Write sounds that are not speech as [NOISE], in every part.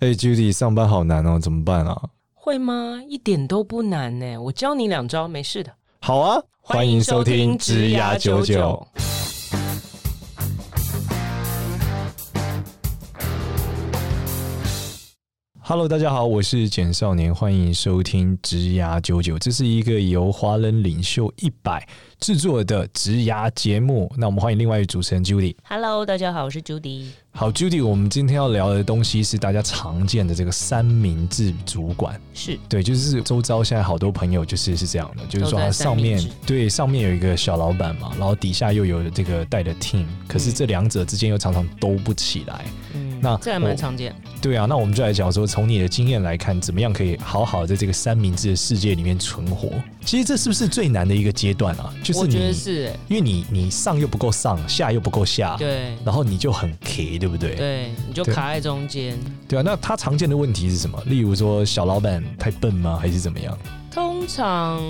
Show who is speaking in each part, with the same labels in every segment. Speaker 1: 哎、j u d y 上班好难哦，怎么办啊？
Speaker 2: 会吗？一点都不难呢、我教你两招，没事的。
Speaker 1: 好啊，欢迎收听《职涯九九》。Hello，大家好，我是简少年，欢迎收听《职涯九九》，这是一个由华人领袖一百制作的职涯节目。那我们欢迎另外一位主持人 Judy。
Speaker 2: Hello，大家好，我是 Judy。
Speaker 1: 好，Judy，我们今天要聊的东西是大家常见的这个三明治主管。
Speaker 2: 是
Speaker 1: 对，就是周遭现在好多朋友就是是这样的，就是说
Speaker 2: 都在
Speaker 1: 他
Speaker 2: 三
Speaker 1: 上面
Speaker 2: 明治
Speaker 1: 对上面有一个小老板嘛，然后底下又有这个带的 team，可是这两者之间又常常兜不起来。
Speaker 2: 嗯
Speaker 1: 那
Speaker 2: 这还蛮常见。
Speaker 1: 对啊，那我们就来讲说，从你的经验来看，怎么样可以好好在这个三明治的世界里面存活？其实这是不是最难的一个阶段啊？就是
Speaker 2: 我
Speaker 1: 你，
Speaker 2: 觉得是、欸，
Speaker 1: 因为你你上又不够上，下又不够下，
Speaker 2: 对
Speaker 1: 然后你就很 K，对不对？
Speaker 2: 对，你就
Speaker 1: 对
Speaker 2: 卡在中间。
Speaker 1: 对啊，那他常见的问题是什么？例如说小老板太笨吗？还是怎么样？
Speaker 2: 通常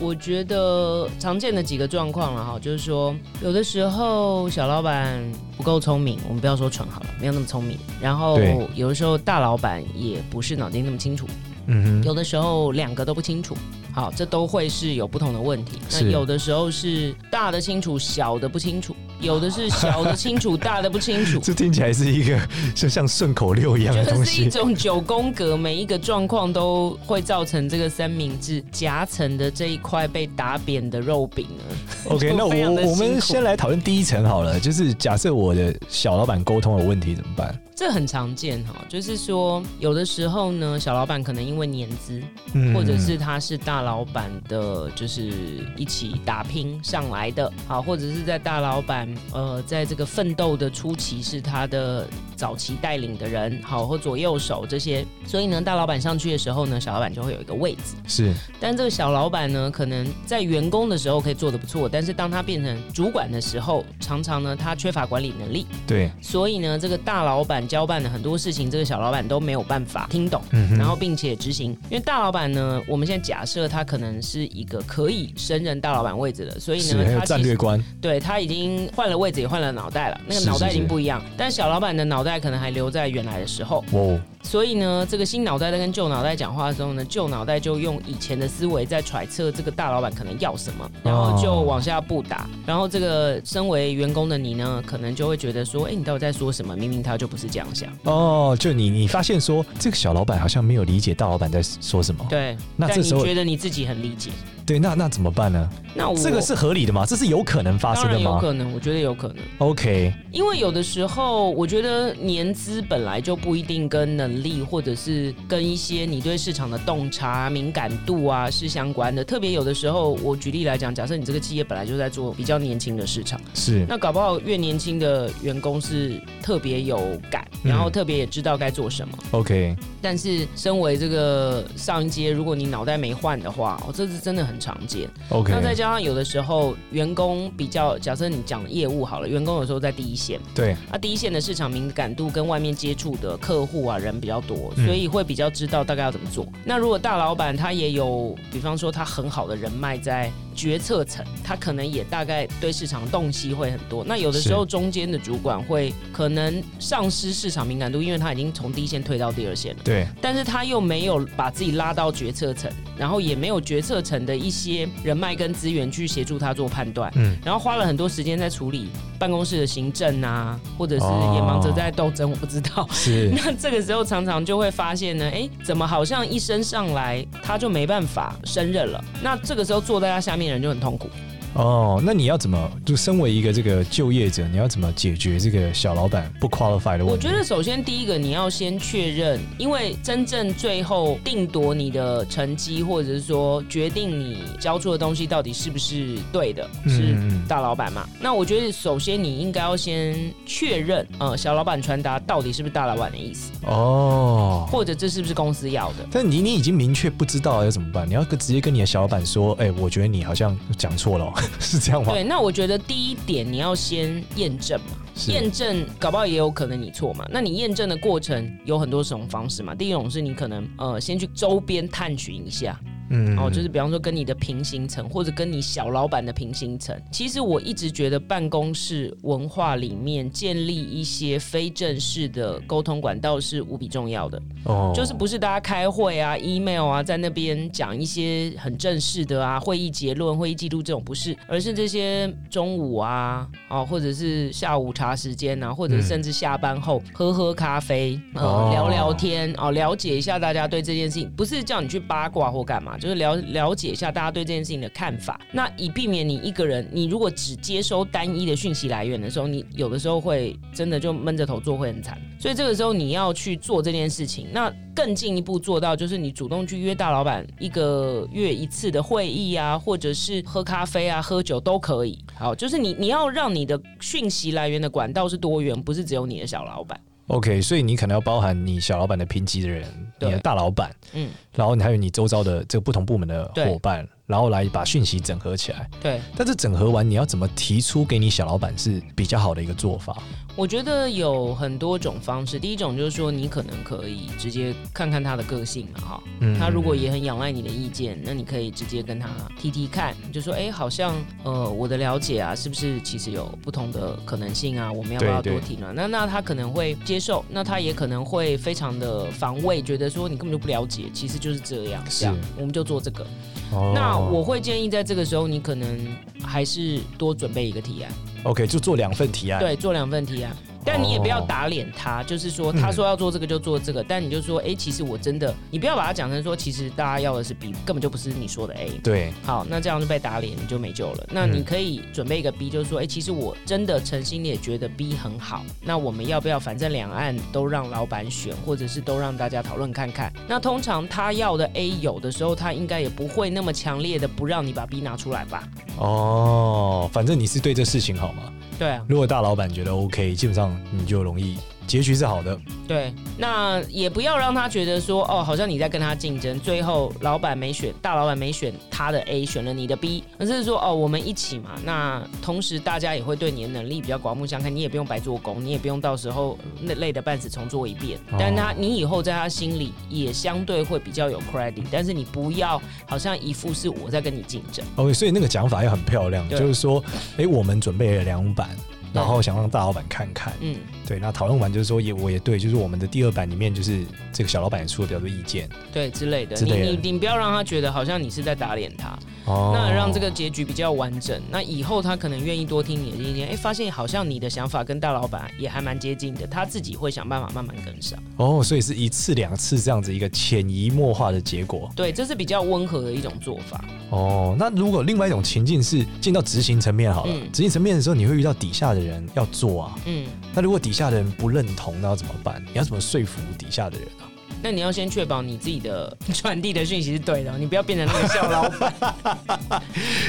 Speaker 2: 我觉得常见的几个状况了哈，就是说有的时候小老板不够聪明，我们不要说蠢好了，没有那么聪明。然后
Speaker 1: 对
Speaker 2: 有的时候大老板也不是脑筋那么清楚，
Speaker 1: 嗯哼，
Speaker 2: 有的时候两个都不清楚。好，这都会是有不同的问题。那
Speaker 1: 是
Speaker 2: 有的时候是大的清楚，小的不清楚；有的是小的
Speaker 1: [LAUGHS]
Speaker 2: 清楚，大的不清楚。
Speaker 1: 这听起来是一个 [LAUGHS] 像像顺口溜一样的
Speaker 2: 就
Speaker 1: 东
Speaker 2: 是一
Speaker 1: 西。
Speaker 2: 种九宫格，每一个状况都会造成这个三明治夹层的这一块被打扁的肉饼呢。 [LAUGHS]
Speaker 1: OK，那
Speaker 2: 非常的
Speaker 1: 我我
Speaker 2: 辛
Speaker 1: 们
Speaker 2: 苦
Speaker 1: 先来讨论第一层好了，就是假设我的小老板沟通有问题怎么办？
Speaker 2: 这很常见哈，就是说有的时候呢，小老板可能因为年资，
Speaker 1: 嗯
Speaker 2: 或者是他是大老板的，就是一起打拼上来的，好，或者是在大老板呃，在这个奋斗的初期是他的早期带领的人，好或左右手这些，所以呢，大老板上去的时候呢，小老板就会有一个位置。
Speaker 1: 是
Speaker 2: 但这个小老板呢，可能在员工的时候可以做得不错，但是当他变成主管的时候，常常呢他缺乏管理能力，
Speaker 1: 对，
Speaker 2: 所以呢这个大老板交办的很多事情，这个小老板都没有办法听懂。
Speaker 1: 嗯哼
Speaker 2: 然后并且执行，因为大老板呢，我们现在假设他可能是一个可以胜任大老板位置的，所以
Speaker 1: 是
Speaker 2: 呢，
Speaker 1: 很有
Speaker 2: 他
Speaker 1: 战
Speaker 2: 其实
Speaker 1: 略观，
Speaker 2: 对他已经换了位置，也换了脑袋了，那个
Speaker 1: 是
Speaker 2: 脑袋
Speaker 1: 是
Speaker 2: 已经
Speaker 1: 是
Speaker 2: 不一样。但小老板的脑袋可能还留在原来的时候，
Speaker 1: 哦，
Speaker 2: 所以呢，这个新脑袋在跟旧脑袋讲话的时候呢，旧脑袋就用以前的思维在揣测这个大老板可能要什么，然后就往下不打。然后这个身为员工的你呢，可能就会觉得说，哎，你到底在说什么？明明他就不是这样想。
Speaker 1: 哦，就你你发现说这个小老板好像没有理解大老板在说什么，
Speaker 2: 对，
Speaker 1: 那
Speaker 2: 但
Speaker 1: 这
Speaker 2: 你
Speaker 1: 时候
Speaker 2: 觉得你自己很理解，
Speaker 1: 对，那那怎么办呢？
Speaker 2: 那我
Speaker 1: 这个是合理的吗？这是有可能发
Speaker 2: 当
Speaker 1: 生的
Speaker 2: 然有
Speaker 1: 吗
Speaker 2: 可能，我觉得有可能。
Speaker 1: ？OK，
Speaker 2: 因为有的时候，我觉得年资本来就不一定跟能力，或者是跟一些你对市场的洞察、敏感度啊是相关的。特别有的时候，我举例来讲，假设你这个企业本来就在做比较年轻的市场，
Speaker 1: 是
Speaker 2: 那搞不好越年轻的员工是特别有感，然后
Speaker 1: 嗯
Speaker 2: 特别也知道该做什么。
Speaker 1: OK，
Speaker 2: 但是身为这个上一阶，如果你脑袋没换的话，哦，这是真的很常见。
Speaker 1: OK，
Speaker 2: 那再加上有的时候员工比较，假设你讲业务好了，员工有时候在第一线。
Speaker 1: 对，
Speaker 2: 啊，第一线的市场敏感度跟外面接触的客户啊人比较多，
Speaker 1: 嗯
Speaker 2: 所以会比较知道大概要怎么做。那如果大老板他也有，比方说他很好的人脉在决策层，他可能也大概对市场洞悉会很多。那有的时候中间的主管会可能丧失市场敏感度，因为他已经从第一线退到第二线了，
Speaker 1: 对，
Speaker 2: 但是他又没有把自己拉到决策层，然后也没有决策层的一些人脉跟资源去协助他做判断。
Speaker 1: 嗯，
Speaker 2: 然后花了很多时间在处理办公室的行政啊，或者是也忙着在斗争，我不知 [LAUGHS] 道。
Speaker 1: 是
Speaker 2: 那这个时候常常就会发现呢，哎，怎么好像一升上来他就没办法胜任了？那这个时候坐在他下面的人就很痛苦。
Speaker 1: 哦。那你要怎么就身为一个这个就业者，你要怎么解决这个小老板不 qualify 的
Speaker 2: 我
Speaker 1: 问题？
Speaker 2: 觉得首先第一个你要先确认，因为真正最后定夺你的成绩，或者是说决定你交出的东西到底是不是对的，
Speaker 1: 嗯
Speaker 2: 是
Speaker 1: 嗯
Speaker 2: 大老板嘛。那我觉得首先你应该要先确认，呃，小老板传达到底是不是大老板的意思，
Speaker 1: 哦。
Speaker 2: 或者这是不是公司要的。
Speaker 1: 但你你已经明确不知道要怎么办，你要直接跟你的小老板说，哎、我觉得你好像讲错了哦， [LAUGHS] 是这样吗？
Speaker 2: 对，那我觉得第一点你要先验证嘛，
Speaker 1: 是
Speaker 2: 验证搞不好也有可能你错嘛。那你验证的过程有很多种方式嘛。第一种是你可能呃先去周边探寻一下，
Speaker 1: 嗯
Speaker 2: 哦，就是比方说跟你的平行层，或者跟你小老板的平行层。其实我一直觉得办公室文化里面建立一些非正式的沟通管道是无比重要的，
Speaker 1: 哦，
Speaker 2: 就是不是大家开会啊、email 啊，在那边讲一些很正式的啊，会议结论、会议记录这种不是，而是这些中午啊，哦，或者是下午茶时间啊，或者
Speaker 1: 嗯
Speaker 2: 甚至下班后、喝喝咖啡，呃，
Speaker 1: 哦
Speaker 2: 聊聊天哦，了解一下大家对这件事情，不是叫你去八卦或干嘛，就是了了解一下大家对这件事情的看法，那以避免你一个人，你如果只接收单一的讯息来源的时候，你有的时候会真的就闷着头做会很惨，所以这个时候你要去做这件事情，那更进一步做到就是你主动去约大老板一个月一次的会议啊，或者是喝咖啡啊、喝酒都可以，好，就是你你要让你的讯息来源的管道是多元，不是只有你的小老板。
Speaker 1: OK，所以你可能要包含你小老板的评级的人，
Speaker 2: 对
Speaker 1: 你的大老板，
Speaker 2: 嗯，
Speaker 1: 然后你还有你周遭的这个不同部门的
Speaker 2: 对
Speaker 1: 伙伴，然后来把讯息整合起来。
Speaker 2: 对，
Speaker 1: 但是整合完，你要怎么提出给你小老板是比较好的一个做法？
Speaker 2: 我觉得有很多种方式。第一种就是说，你可能可以直接看看他的个性嘛，哈、
Speaker 1: 嗯
Speaker 2: 他如果也很仰赖你的意见，那你可以直接跟他提提看，就说，哎、好像呃，我的了解啊，是不是其实有不同的可能性啊？我们要不要
Speaker 1: 对
Speaker 2: 多
Speaker 1: 对
Speaker 2: 听啊？那那他可能会接受，那他也可能会非常的防卫，觉得说你根本就不了解，其实就是这样，
Speaker 1: 是
Speaker 2: 这样我们就做这个。
Speaker 1: 哦
Speaker 2: 那我会建议在这个时候，你可能还是多准备一个提案。
Speaker 1: OK 就做两份提案，
Speaker 2: 对，做两份提案。但你也不要打脸他，就是说他说要做这个就做这个，但你就说，哎、其实我真的，你不要把它讲成说，其实大家要的是 B，根本就不是你说的 A。
Speaker 1: 对
Speaker 2: 好，那这样就被打脸，你就没救了。那
Speaker 1: 嗯
Speaker 2: 你可以准备一个 B，就是说，哎、其实我真的诚心也觉得 B 很好。那我们要不要，反正两岸都让老板选，或者是都让大家讨论看看？那通常他要的 A 有的时候，他应该也不会那么强烈的不让你把 B 拿出来吧？
Speaker 1: 哦，反正你是对这事情好嘛。
Speaker 2: 对啊，
Speaker 1: 如果大老板觉得 OK，基本上你就容易结局是好的。
Speaker 2: 对，那也不要让他觉得说，哦，好像你在跟他竞争，最后老板没选，大老板没选他的 A，选了你的 B，而是说，哦，我们一起嘛。那同时大家也会对你的能力比较刮目相看，你也不用白做工，你也不用到时候累累得半死重做一遍。但他
Speaker 1: 哦
Speaker 2: 你以后在他心里也相对会比较有 credit，但是你不要好像一副是我在跟你竞争。
Speaker 1: OK，所以那个讲法要很漂亮，
Speaker 2: 对
Speaker 1: 就是说，诶，我们准备了两版，然后想让大老板看看。
Speaker 2: 嗯，
Speaker 1: 对，那讨论完就是说也我也对，就是我们的第二版里面就是这个小老板也出了比较多意见
Speaker 2: 对之类的，
Speaker 1: 之类的
Speaker 2: 你你你不要让他觉得好像你是在打脸他。
Speaker 1: 哦
Speaker 2: 那让这个结局比较完整。那以后他可能愿意多听你的意见，哎、发现好像你的想法跟大老板也还蛮接近的，他自己会想办法慢慢跟上。
Speaker 1: 哦，所以是一次两次这样子一个潜移默化的结果
Speaker 2: 对，这是比较温和的一种做法。
Speaker 1: 哦。那如果另外一种情境是进到执行层面好了，
Speaker 2: 嗯
Speaker 1: 执行层面的时候你会遇到底下的人要做啊，
Speaker 2: 嗯，
Speaker 1: 那如果底下的人不认同，那要怎么办？你要怎么说服底下的人 [LAUGHS] 啊？
Speaker 2: 那你要先确保你自己的传递的讯息是对的哦，你不要变成那个笑老板。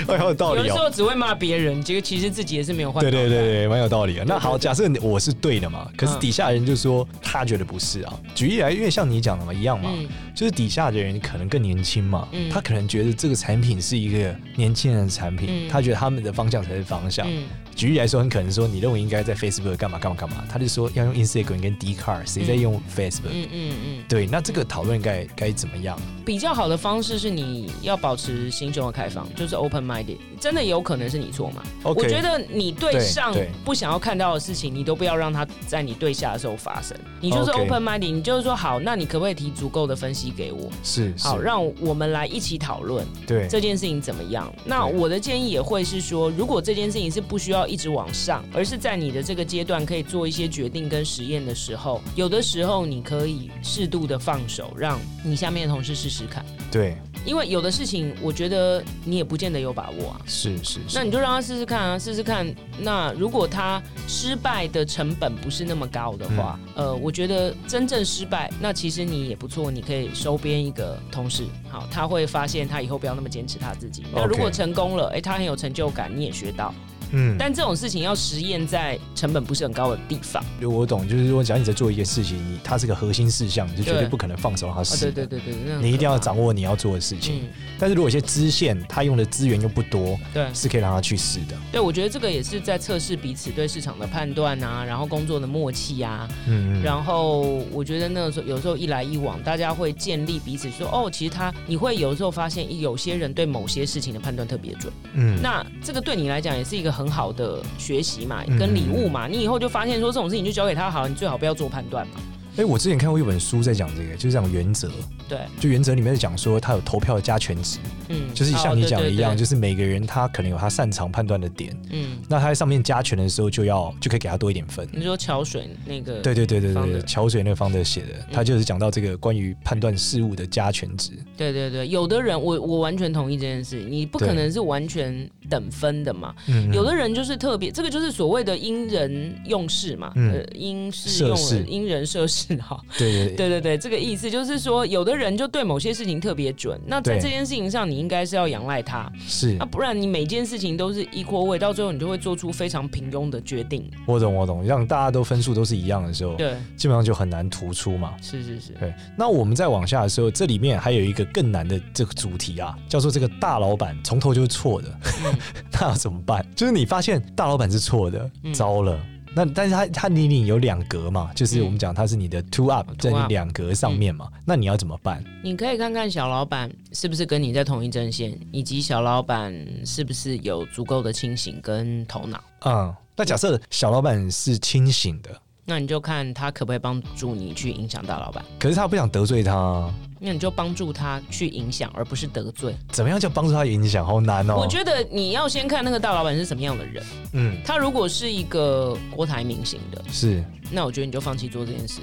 Speaker 1: 哎，好有道
Speaker 2: [LAUGHS] 有的时候只会骂别人，结果其实自己也是没有换。
Speaker 1: 对对对。对，蛮有道理的。那好，
Speaker 2: 对对
Speaker 1: 假设你我是对的嘛，可是
Speaker 2: 嗯
Speaker 1: 底下人就说他觉得不是啊。举例来，因为像你讲的嘛，一样嘛，
Speaker 2: 嗯
Speaker 1: 就是底下的人可能更年轻嘛，
Speaker 2: 嗯
Speaker 1: 他可能觉得这个产品是一个年轻人的产品，
Speaker 2: 嗯
Speaker 1: 他觉得他们的方向才是方向。
Speaker 2: 嗯，
Speaker 1: 举例来说，很可能说你认为应该在 Facebook 干嘛干嘛干嘛，他就说要用 Instagram 跟 d c a r 谁在用 Facebook？、
Speaker 2: 嗯嗯嗯，
Speaker 1: 对，那这个讨论该该怎么样？
Speaker 2: 比较好的方式是你要保持心胸的开放，就是 open minded。真的有可能是你错嘛
Speaker 1: OK
Speaker 2: 我觉得你对上
Speaker 1: 对对
Speaker 2: 不想要看到的事情，你都不要让它在你对下的时候发生。你就是
Speaker 1: OK
Speaker 2: open minded，你就是说好，那你可不可以提足够的分析给我？
Speaker 1: 是是
Speaker 2: 好，，让我们来一起讨论
Speaker 1: 对
Speaker 2: 这件事情怎么样。那
Speaker 1: 对
Speaker 2: 我的建议也会是说，如果这件事情是不需要一直往上，而是在你的这个阶段可以做一些决定跟实验的时候，有的时候你可以适度的放手，让你下面的同事试试看。
Speaker 1: 对
Speaker 2: 因为有的事情，我觉得你也不见得有把握啊。
Speaker 1: 是是是，
Speaker 2: 那你就让他试试看啊，试试看。那如果他失败的成本不是那么高的话，
Speaker 1: 嗯
Speaker 2: 呃，我觉得真正失败，那其实你也不错，你可以收编一个同事，好，他会发现他以后不要那么坚持他自己。那
Speaker 1: OK
Speaker 2: 如果成功了，诶，他很有成就感，你也学到。
Speaker 1: 嗯，
Speaker 2: 但这种事情要实验在成本不是很高的地方。
Speaker 1: 但我懂，就是如果只要你在做一个事情，你它是个核心事项，你是绝对
Speaker 2: 对
Speaker 1: 不可能放手让它
Speaker 2: 哦，
Speaker 1: 试
Speaker 2: 对
Speaker 1: 的。
Speaker 2: 对对对，那很
Speaker 1: 你一定要
Speaker 2: 可怕。
Speaker 1: 掌握你要做的事情。
Speaker 2: 嗯，
Speaker 1: 但是如果有些支线，它用的资源又不多，
Speaker 2: 对
Speaker 1: 是可以让它去试的。
Speaker 2: 对，我觉得这个也是在测试彼此对市场的判断啊，然后工作的默契啊，
Speaker 1: 嗯
Speaker 2: 然后我觉得那个时候有时候一来一往，大家会建立彼此说哦，其实他你会有时候发现有些人对某些事情的判断特别准，
Speaker 1: 嗯
Speaker 2: 那这个对你来讲也是一个很好的学习嘛
Speaker 1: 嗯，
Speaker 2: 跟礼物嘛，你以后就发现说这种事情就交给他好了，你最好不要做判断嘛。
Speaker 1: 哎、我之前看过一本书在讲这个，就是讲原则。
Speaker 2: 对，
Speaker 1: 就原则里面在讲说，它有投票加权值，
Speaker 2: 嗯，
Speaker 1: 就是像你讲的一样，
Speaker 2: 哦
Speaker 1: 就是每个人他可能有他擅长判断的点，
Speaker 2: 对对对嗯，
Speaker 1: 那他在上面加权的时候就要就可以给他多一点分。
Speaker 2: 你说桥水那个，
Speaker 1: 对对对对
Speaker 2: 方
Speaker 1: 对，
Speaker 2: 的
Speaker 1: 桥水那个方德写的，他就是讲到这个关于判断事物的加权值。
Speaker 2: 对对对，有的人我我完全同意这件事，你不
Speaker 1: 对
Speaker 2: 可能是完全等分的嘛。
Speaker 1: 嗯
Speaker 2: 有的人就是特别，这个就是所谓的因人用事嘛，
Speaker 1: 嗯
Speaker 2: 呃，因事
Speaker 1: 设
Speaker 2: 用
Speaker 1: 事
Speaker 2: 人，因人设事哈。
Speaker 1: 对对对，
Speaker 2: 对对对，这个意思就是说，有的人就对某些事情特别准，那在
Speaker 1: 对
Speaker 2: 这件事情上，你应该是要仰赖他，
Speaker 1: 是
Speaker 2: 那不然你每件事情都是一锅味，到最后你就会做出非常平庸的决定。
Speaker 1: 我懂我懂，让大家都分数都是一样的时候，
Speaker 2: 对，
Speaker 1: 基本上就很难突出嘛。
Speaker 2: 是是是，
Speaker 1: 对，那我们再往下的时候，这里面还有一个更难的这个主题啊，叫做这个大老板从头就是错的， [LAUGHS] 那要怎么办？就是你发现大老板是错的，
Speaker 2: 嗯
Speaker 1: 糟了。那但是他他你你有两格嘛，就是我们讲他是你的 two up
Speaker 2: 嗯
Speaker 1: 在
Speaker 2: two
Speaker 1: 你
Speaker 2: up 嗯
Speaker 1: 两格上面嘛，那你要怎么办？
Speaker 2: 你可以看看小老板是不是跟你在同一阵线，以及小老板是不是有足够的清醒跟头脑。
Speaker 1: 嗯，那假设小老板是清醒的，
Speaker 2: 那你就看他可不可以帮助你去影响大老板，
Speaker 1: 可是他不想得罪他，
Speaker 2: 那你就帮助他去影响，而不是得罪。
Speaker 1: 怎么样叫帮助他影响？好难哦。
Speaker 2: 我觉得你要先看那个大老板是什么样的人。
Speaker 1: 嗯
Speaker 2: 他如果是一个郭台铭型的，
Speaker 1: 是
Speaker 2: 那我觉得你就放弃做这件事，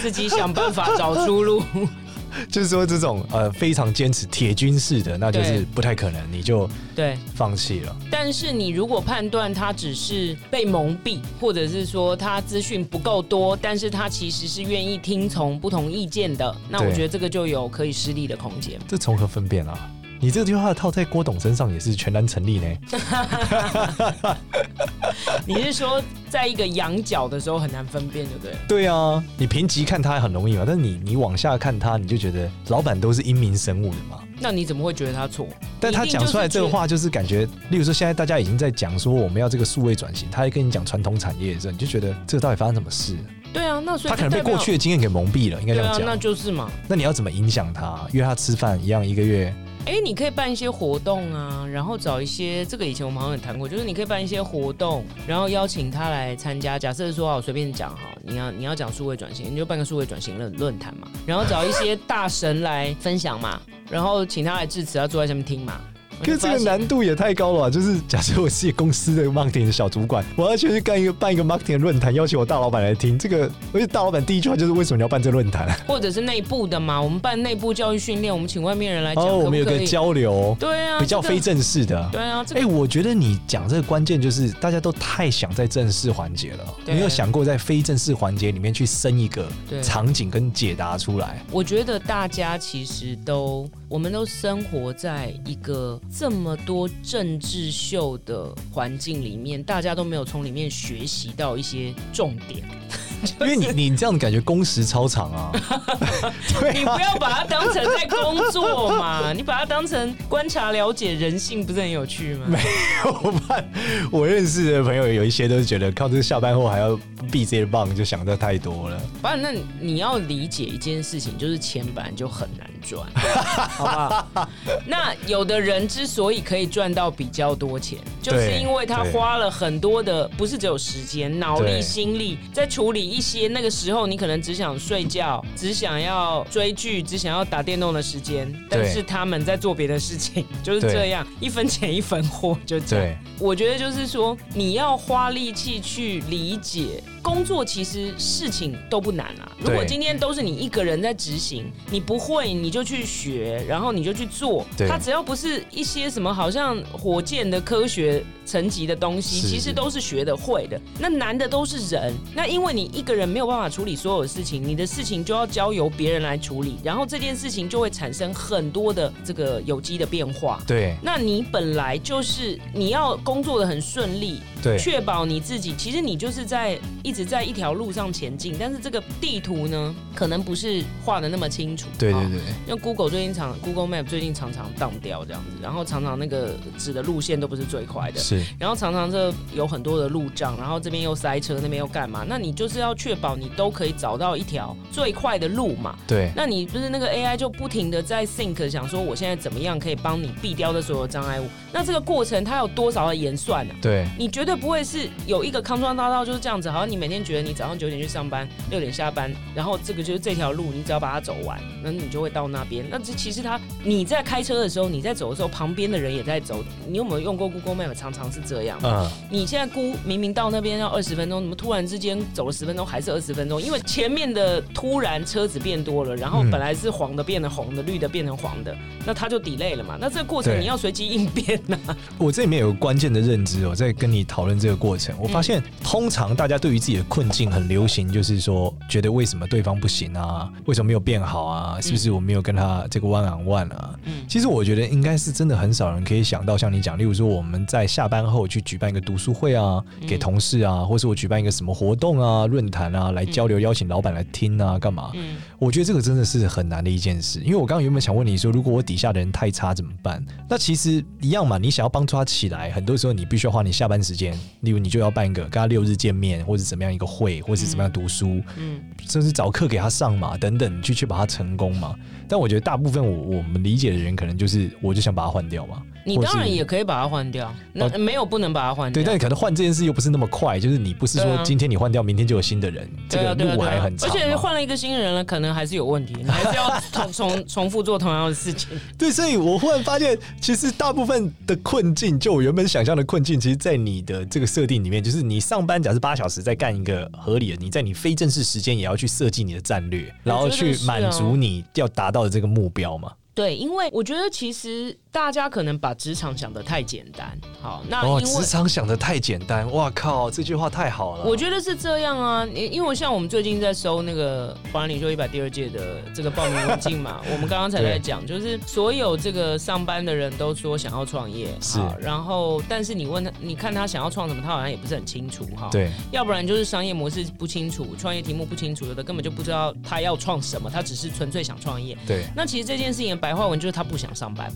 Speaker 2: 自己想办法找出路。 [LAUGHS]
Speaker 1: 就是说这种呃非常坚持铁军式的，那就是
Speaker 2: 对
Speaker 1: 不太可能，你就
Speaker 2: 对，
Speaker 1: 放弃了。
Speaker 2: 但是你如果判断他只是被蒙蔽，或者是说他资讯不够多，但是他其实是愿意听从不同意见的，那我
Speaker 1: 对
Speaker 2: 觉得这个就有可以施力的空间。
Speaker 1: 这从何分辨啊？你这句话套在郭董身上也是全然成立呢。
Speaker 2: 你是说在一个羊角的时候很难分辨，对不对了？
Speaker 1: 对啊，你评级看他很容易嘛，但是你你往下看他，你就觉得老板都是英明神武的嘛。
Speaker 2: 那你怎么会觉得他错？
Speaker 1: 但他讲出来这个话，就是感觉，例如说现在大家已经在讲说我们要这个数位转型，他还跟你讲传统产业的时候，你就觉得这个到底发生什么事？
Speaker 2: 对啊，那所以
Speaker 1: 他可
Speaker 2: 就
Speaker 1: 能被
Speaker 2: 代表
Speaker 1: 过去的经验给蒙蔽了，应该
Speaker 2: 对
Speaker 1: 这样
Speaker 2: 啊，
Speaker 1: 讲。
Speaker 2: 那就是嘛。
Speaker 1: 那你要怎么影响他？约他吃饭一样，一个月
Speaker 2: 哎，你可以办一些活动啊，然后找一些这个以前我们好像也谈过，就是哦你可以办一些活动，然后邀请他来参加。假设说啊，我随便讲哈，你要你要讲数位转型，你就办个数位转型论论坛嘛，然后找一些大神来分享嘛，然后请他来致辞，他坐在下面听嘛。
Speaker 1: 可是这个难度也太高了吧？就是假设我是一个公司的 marketing 的小主管，我要去干一个办一个 marketing 的论坛，邀请我大老板来听这个，而且大老板第一句话就是为什么你要办这个论坛？啊
Speaker 2: 或者是内部的嘛，我们办内部教育训练，我们请外面人来讲，
Speaker 1: 哦，
Speaker 2: 可
Speaker 1: 我
Speaker 2: 不可
Speaker 1: 们
Speaker 2: 以
Speaker 1: 有个交流，
Speaker 2: 对啊，
Speaker 1: 比较
Speaker 2: 这个
Speaker 1: 非正式的。
Speaker 2: 对啊，这
Speaker 1: 哎、
Speaker 2: 个、
Speaker 1: 我觉得你讲这个关键就是大家都太想在正式环节了，
Speaker 2: 对
Speaker 1: 没有想过在非正式环节里面去生一个
Speaker 2: 对啊
Speaker 1: 场景跟解答出
Speaker 2: [LAUGHS]
Speaker 1: 来。
Speaker 2: 我觉得大家其实都，我们都生活在一个这么多政治秀的环境里面，大家都没有从里面学习到一些重点。
Speaker 1: 因为你你这样感觉工时超长啊， [LAUGHS] 对
Speaker 2: [LAUGHS] 你
Speaker 1: 啊
Speaker 2: 不，要把它当成在工作嘛，你把它当成观察了解人性，不是很有趣吗？
Speaker 1: [LAUGHS] 我怕我认识的朋友有一些都是觉得靠这个下班后还要避这些棒，就想的太多了。
Speaker 2: 反正那你要理解一件事情，就是钱本来就很难
Speaker 1: [LAUGHS]
Speaker 2: 赚，好不好？那有的人之所以可以赚到比较多钱，就是
Speaker 1: 对
Speaker 2: 因为他
Speaker 1: 对
Speaker 2: 花了很多的，不是只有时间、脑
Speaker 1: 对
Speaker 2: 力、心力，在处理一些那个时候你可能只想睡觉、只想要追剧、只想要打电动的时间，但
Speaker 1: 对
Speaker 2: 是他们在做别的事情，就是
Speaker 1: 对
Speaker 2: 这样，一分钱一分货，就这样。
Speaker 1: 对，
Speaker 2: 我觉得就是说，你要花力气去理解工作，其实事情都不难啊。
Speaker 1: 对
Speaker 2: 如果今天都是你一个人在执行，你不会，你就去学，然后你就去做
Speaker 1: 对。
Speaker 2: 它只要不是一些什么好像火箭的科学层级的东西，
Speaker 1: 是
Speaker 2: 其实都是学得会的。那难的都是人，那因为你一个人没有办法处理所有的事情，你的事情就要交由别人来处理，然后这件事情就会产生很多的这个有机的变化。
Speaker 1: 对
Speaker 2: 那你本来就是你要工作的很顺利，
Speaker 1: 对
Speaker 2: 确保你自己，其实你就是在一直在一条路上前进，但是这个地图呢，可能不是画的那么清楚。
Speaker 1: 对
Speaker 2: 哦
Speaker 1: 对对，
Speaker 2: 因为 Google 最近常 Google Map 最近常常当掉这样子，然后常常那个指的路线都不是最快的，
Speaker 1: 是
Speaker 2: 然后常常这有很多的路障，然后这边又塞车，那边又干嘛？那你就是要确保你都可以找到一条最快的路嘛。
Speaker 1: 对
Speaker 2: 那你不是那个 AI 就不停的在 think 想说我现在怎么样可以帮你避掉这所有障碍物？那这个过程它有多少的演算呢、
Speaker 1: 对
Speaker 2: 你绝对不会是有一个康庄大道就是这样子，好像你每天觉得你早上九点去上班，六点下班，然后这个就是这条路，你只要把它走完，那你就会到那边。那这其实它你在开车的时候，你在走的时候，旁边的人也在走。你有没有用过 Google Map？常常是这样，
Speaker 1: 嗯
Speaker 2: 你现在估明明到那边要二十分钟，怎么突然之间走了十分钟还是二十分钟？因为前面的突然车子变多了，然后
Speaker 1: 嗯
Speaker 2: 本来是黄的变成红的，绿的变成黄的，那它就 delay 了嘛。那这个过程
Speaker 1: 对
Speaker 2: 你要随机应变啊呐、
Speaker 1: 我这里面有个关键的认知哦，在跟你讨论这个过程，我发现通常大家对于自己的困境很流行，就是说觉得为什么对方不行啊，为什么没有变好啊，是不是我没有跟他这个 one on one 啊？
Speaker 2: 嗯
Speaker 1: 其实我觉得应该是真的很少人可以想到，像你讲，例如说我们在下班后去举办一个读书会啊，给同事啊，或是我举办一个什么活动啊、论坛啊来交流，邀请老板来听啊，干嘛？
Speaker 2: 嗯，
Speaker 1: 我觉得这个真的是很难的一件事，因为我刚刚原本想问你说，如果我底下的人太差怎么办？那其实一样嘛，你想要帮助他起来，很多时候你必须要花你下班时间，例如你就要办一个跟他六日见面，或者怎么样一个会，或者怎么样读书，
Speaker 2: 嗯
Speaker 1: 甚至找课给他上嘛，等等，去确保他成功嘛。但我觉得大部分我我们理解的人，可能就是我就想把他换掉嘛。
Speaker 2: [LAUGHS] 你
Speaker 1: 或
Speaker 2: 当然
Speaker 1: 是哦
Speaker 2: 也可以把它换掉，那、没有不能把它换掉。
Speaker 1: 对，但可能换这件事又不是那么快，就是你不是
Speaker 2: 对
Speaker 1: 说
Speaker 2: 啊
Speaker 1: 今天你换掉，明天就有新的人，这
Speaker 2: 对啊
Speaker 1: 个
Speaker 2: 对啊
Speaker 1: 路
Speaker 2: 对啊
Speaker 1: 还很长
Speaker 2: 而
Speaker 1: 嘛。
Speaker 2: 且换了一个新人了，可能还是有问题，你还是要 [LAUGHS] 重重重复做同样的事情。
Speaker 1: 对，所以我忽然发现，其实大部分的困境，就我原本想象的困境，其实，在你的这个设定里面，就是你上班假设八小时在干一个合理的，你在你非正式时间也要去设计你的战略，然后去满足你要达到的这个目标嘛。
Speaker 2: [LAUGHS] 对，因为我觉得其实大家可能把职场想得太简单。好，那
Speaker 1: 哦，
Speaker 2: 啊因为
Speaker 1: 职场想的太简单，哇靠，这句话太好了。
Speaker 2: 我觉得是这样啊，你因为我像我们最近在收那个华人领袖一百第二届的这个报名文件
Speaker 1: [LAUGHS]
Speaker 2: 嘛，我们刚刚才在讲，就是所有这个上班的人都说想要创业，
Speaker 1: 是
Speaker 2: 好然后但是你问他，你看他想要创什么，他好像也不是很清楚哈，，
Speaker 1: 对
Speaker 2: 要不然就是商业模式不清楚，创业题目不清楚，有的根本就不知道他要创什么，他只是纯粹想创业，
Speaker 1: 对
Speaker 2: 那其实这件事情的白话文就是他不想
Speaker 1: [LAUGHS]
Speaker 2: 上班，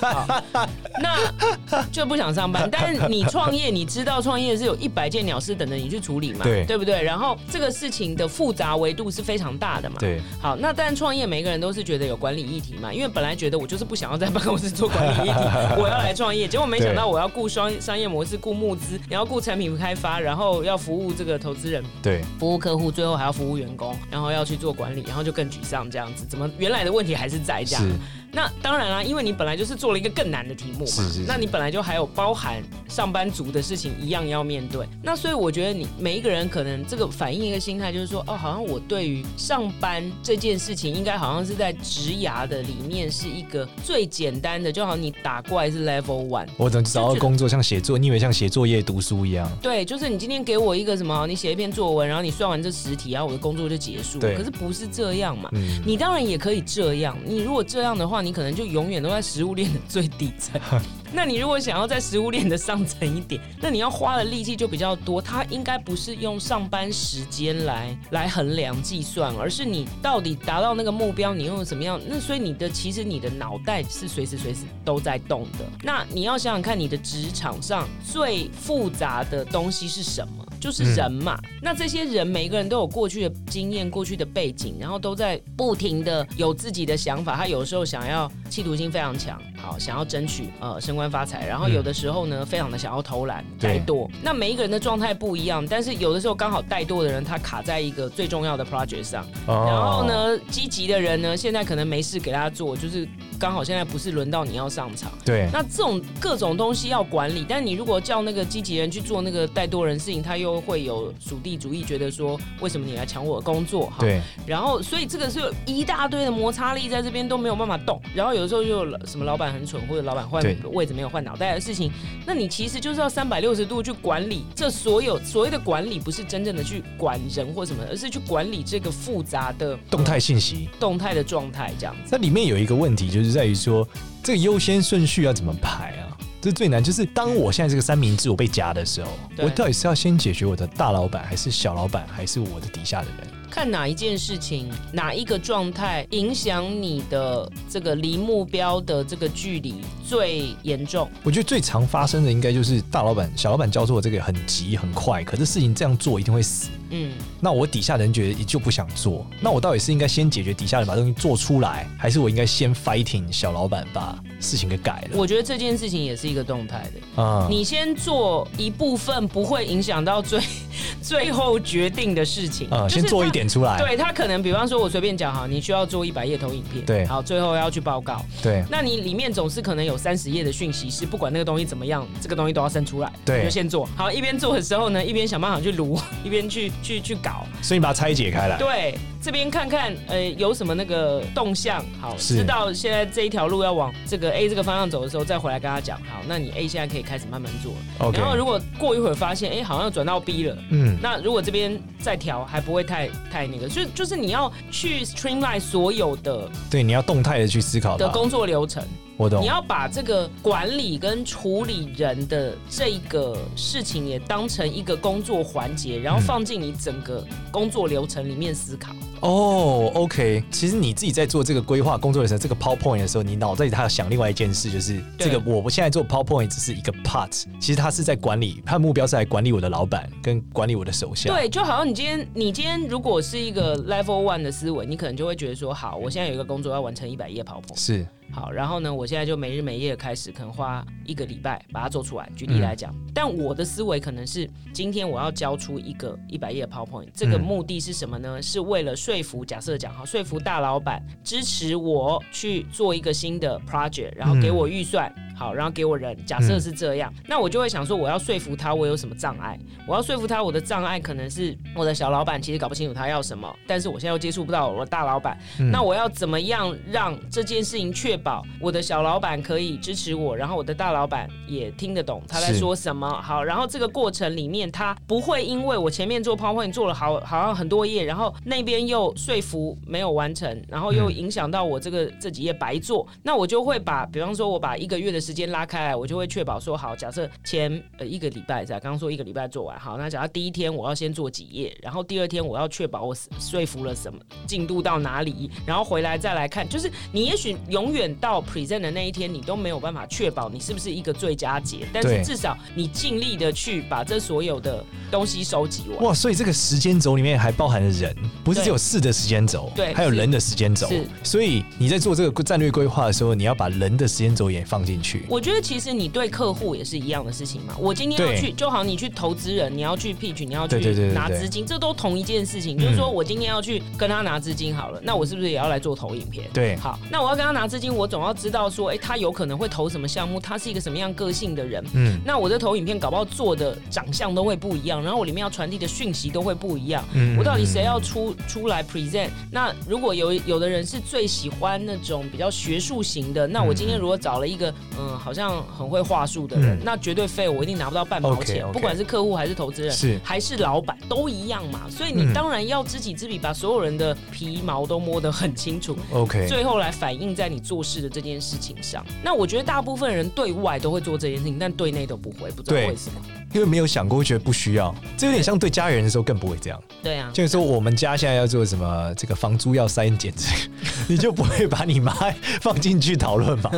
Speaker 2: 好那就不想上班。
Speaker 1: [LAUGHS]
Speaker 2: 但是你创业，你知道创业是有一百件鸟事等着你去处理嘛，
Speaker 1: 对
Speaker 2: 不对？然后这个事情的复杂维度是非常大的嘛。
Speaker 1: 对
Speaker 2: 好，那但创业每个人都是觉得有管理议题嘛，因为本来觉得我就是不想要在办公室做管理
Speaker 1: [LAUGHS]
Speaker 2: 议题，我要来创业，结果没想到我要顾商商业模式、顾募资，然后顾产品开发，然后要服务这个投资人，
Speaker 1: 对
Speaker 2: 服务客户，最后还要服务员工，然后要去做管理，然后就更沮丧这样子。怎么原来的问题还是在这样？
Speaker 1: 是，
Speaker 2: 那当然啦、因为你本来就是做了一个更难的题目嘛，
Speaker 1: 是是是
Speaker 2: 那你本来就还有包含上班族的事情一样要面对。那所以我觉得你每一个人可能这个反映一个心态，就是说，哦，好像我对于上班这件事情，应该好像是在职涯的里面是一个最简单的，就好像你打怪是 level one。
Speaker 1: 我怎么找到工作像写作？你以为像写作业、读书一样？
Speaker 2: 对，就是你今天给我一个什么，你写一篇作文，然后你算完这十题，然后我的工作就结束了。
Speaker 1: 对
Speaker 2: 可是不是这样嘛？
Speaker 1: 嗯，
Speaker 2: 你当然也可以这样，你如果这样的话，你可能就永远都在食物链的最底层。 [LAUGHS] 那你如果想要在食物链的上层一点，那你要花的力气就比较多。它应该不是用上班时间来来衡量计算，而是你到底达到那个目标，你用什么样？那所以你的其实你的脑袋是随时随时都在动的。那你要想想看，你的职场上最复杂的东西是什么？就是人嘛。那这些人每个人都有过去的经验、过去的背景，然后都在不停的有自己的想法。他有时候想要企图心非常强，好想要争取呃升官发财，然后有的时候呢，非常的想要偷懒
Speaker 1: 对
Speaker 2: 怠惰。那每一个人的状态不一样，但是有的时候刚好怠惰的人他卡在一个最重要的 project 上，然后
Speaker 1: 哦？
Speaker 2: 呢，积极的人呢，现在可能没事给他做，就是刚好现在不是轮到你要上场。
Speaker 1: 对，
Speaker 2: 那这种各种东西要管理，但你如果叫那个积极人去做那个带多人事情，他又会有属地主义，觉得说为什么你来抢我的工作？哈，
Speaker 1: 对，
Speaker 2: 然后所以这个是有一大堆的摩擦力在这边都没有办法动，然后有的时候就有什么老板很蠢，或者老板换
Speaker 1: 对
Speaker 2: 位置没有换脑袋的事情，那你其实就是要三百六十度去管理这所有所谓的管理，不是真正的去管人或什么，而是去管理这个复杂的
Speaker 1: 动态信息。
Speaker 2: 动态的状态这样子。
Speaker 1: 那里面有一个问题，就是在于说这个优先顺序要怎么排啊？这最难就是当我现在这个三明治我被夹的时候，
Speaker 2: 对
Speaker 1: 我到底是要先解决我的大老板，还是小老板，还是我的底下的人？
Speaker 2: 看哪一件事情、哪一个状态影响你的这个离目标的这个距离最严重。
Speaker 1: 我觉得最常发生的应该就是大老板、小老板交错这个很急很快，可是事情这样做一定会死。
Speaker 2: 嗯，
Speaker 1: 那我底下的人觉得就不想做，那我到底是应该先解决底下人把东西做出来，还是我应该先 fighting 小老板把事情给改了？
Speaker 2: 我觉得这件事情也是一个动态的。
Speaker 1: 啊
Speaker 2: 你先做一部分不会影响到最 [LAUGHS] 最后决定的事情，
Speaker 1: 啊，
Speaker 2: 就是
Speaker 1: 先做一
Speaker 2: 它
Speaker 1: 点出来。
Speaker 2: 对他可能，比方说，我随便讲哈，你需要做一百页投影片，
Speaker 1: 对
Speaker 2: 好，最后要去报告。
Speaker 1: 对
Speaker 2: 那你里面总是可能有三十页的讯息，是不管那个东西怎么样，这个东西都要生出来，
Speaker 1: 对
Speaker 2: 你就先做好。一边做的时候呢，一边想办法去撸， [LAUGHS] 一边去去去搞。
Speaker 1: 所以你把它拆解开来。
Speaker 2: 对，这边看看呃有什么那个动向，好，
Speaker 1: 是
Speaker 2: 知道现在这一条路要往这个 A 这个方向走的时候，再回来跟他讲，好，那你 A 现在可以开始慢慢做了。
Speaker 1: OK，
Speaker 2: 然后如果过一会儿发现，哎、好像转到 B 了。
Speaker 1: 嗯。
Speaker 2: 那如果这边再调，还不会太太那个，就就是你要去 streamline 所有的
Speaker 1: 对，你要动态的去思考它
Speaker 2: 的工作流程，
Speaker 1: 我懂
Speaker 2: 你。要把这个管理跟处理人的这个事情也当成一个工作环节，然后
Speaker 1: 嗯
Speaker 2: 放进你整个工作流程里面思考。
Speaker 1: 哦、o k 其实你自己在做这个规划工作的时候，这个 PowerPoint 的时候，你脑袋里还要想另外一件事，就是这
Speaker 2: 对
Speaker 1: 个我现在做 PowerPoint 只是一个 part，其实它是在管理，它的目标是来管理我的老板跟管理我的手下。
Speaker 2: 对，就好像你今天，你今天如果是一个 level one 的思维，你可能就会觉得说，好，我现在有一个工作要完成一百页跑步，
Speaker 1: 是
Speaker 2: 好，然后呢，我现在就每日每夜地开始，可能花一个礼拜把它做出来。举
Speaker 1: 嗯
Speaker 2: 例来讲，但我的思维可能是，今天我要交出一个一百页的 PowerPoint，这个
Speaker 1: 嗯
Speaker 2: 目的是什么呢？是为了说服，假设讲哈，说服大老板支持我去做一个新的 project，然后给我预算。好，然后给我人，假设
Speaker 1: 嗯
Speaker 2: 是这样，那我就会想说，我要说服他，我有什么障碍？我要说服他，我的障碍可能是我的小老板其实搞不清楚他要什么，但是我现在又接触不到我的大老板，
Speaker 1: 嗯
Speaker 2: 那我要怎么样让这件事情确保我的小老板可以支持我，然后我的大老板也听得懂他在
Speaker 1: 是
Speaker 2: 说什么？好，然后这个过程里面，他不会因为我前面做 PowerPoint 做了好好像很多页，然后那边又说服没有完成，然后又
Speaker 1: 嗯
Speaker 2: 影响到我这个这几页白做，那我就会把，比方说我把一个月的时间拉开来，我就会确保说，好，假设前呃一个礼拜是吧？刚刚说一个礼拜做完，好，那假设第一天我要先做几页，然后第二天我要确保我说服了什么。进度到哪里，然后回来再来看。就是你也许永远到 present 的那一天，你都没有办法确保你是不是一个最佳解，但
Speaker 1: 对
Speaker 2: 是至少你尽力的去把这所有的东西收集完。
Speaker 1: 哇，所以这个时间轴里面还包含了人，不是
Speaker 2: 对
Speaker 1: 只有事的时间轴，
Speaker 2: 对
Speaker 1: 还有人的时间轴
Speaker 2: 是。
Speaker 1: 所以你在做这个战略规划的时候，你要把人的时间轴也放进去。
Speaker 2: 我觉得其实你对客户也是一样的事情嘛。我今天要
Speaker 1: 对
Speaker 2: 去，就好你去投资人，你要去 pitch，你要去
Speaker 1: 对对对嗯对
Speaker 2: 拿
Speaker 1: 对
Speaker 2: 资金，这都同一件事情。就是说我今天要去跟他拿资金好了，那我是不是也要来做投影片？
Speaker 1: 对
Speaker 2: 好，那我要跟他拿资金，我总要知道说，哎，他有可能会投什么项目，他是一个什么样个性的人。
Speaker 1: 嗯
Speaker 2: 那我这投影片搞不好做的长相都会不一样，然后我里面要传递的讯息都会不一样。
Speaker 1: 嗯
Speaker 2: 我到底谁要出出来 present？那如果有有的人是最喜欢那种比较学术型的，那我今天如果找了一个嗯，好像很会话术的人，
Speaker 1: 嗯
Speaker 2: 那绝对废，我一定拿不到半毛钱。
Speaker 1: OK，OK
Speaker 2: 不管是客户还是投资人，
Speaker 1: 是
Speaker 2: 还是老板都一样嘛。所以你
Speaker 1: 嗯
Speaker 2: 当然要知己知彼，把所有人的皮毛都摸得很清楚。
Speaker 1: OK？
Speaker 2: 最后来反映在你做事的这件事情上。那我觉得大部分人对外都会做这件事情，但对内都不会，不知道
Speaker 1: 对
Speaker 2: 为什么。
Speaker 1: 因为没有想过，觉得不需要。这有点像对家人的时候更不会这样。
Speaker 2: 对啊，
Speaker 1: 就是说，我们家现在要做什么？这个房租要删减， [LAUGHS] 你就不会把你妈
Speaker 2: [LAUGHS]
Speaker 1: 放进去讨论嘛？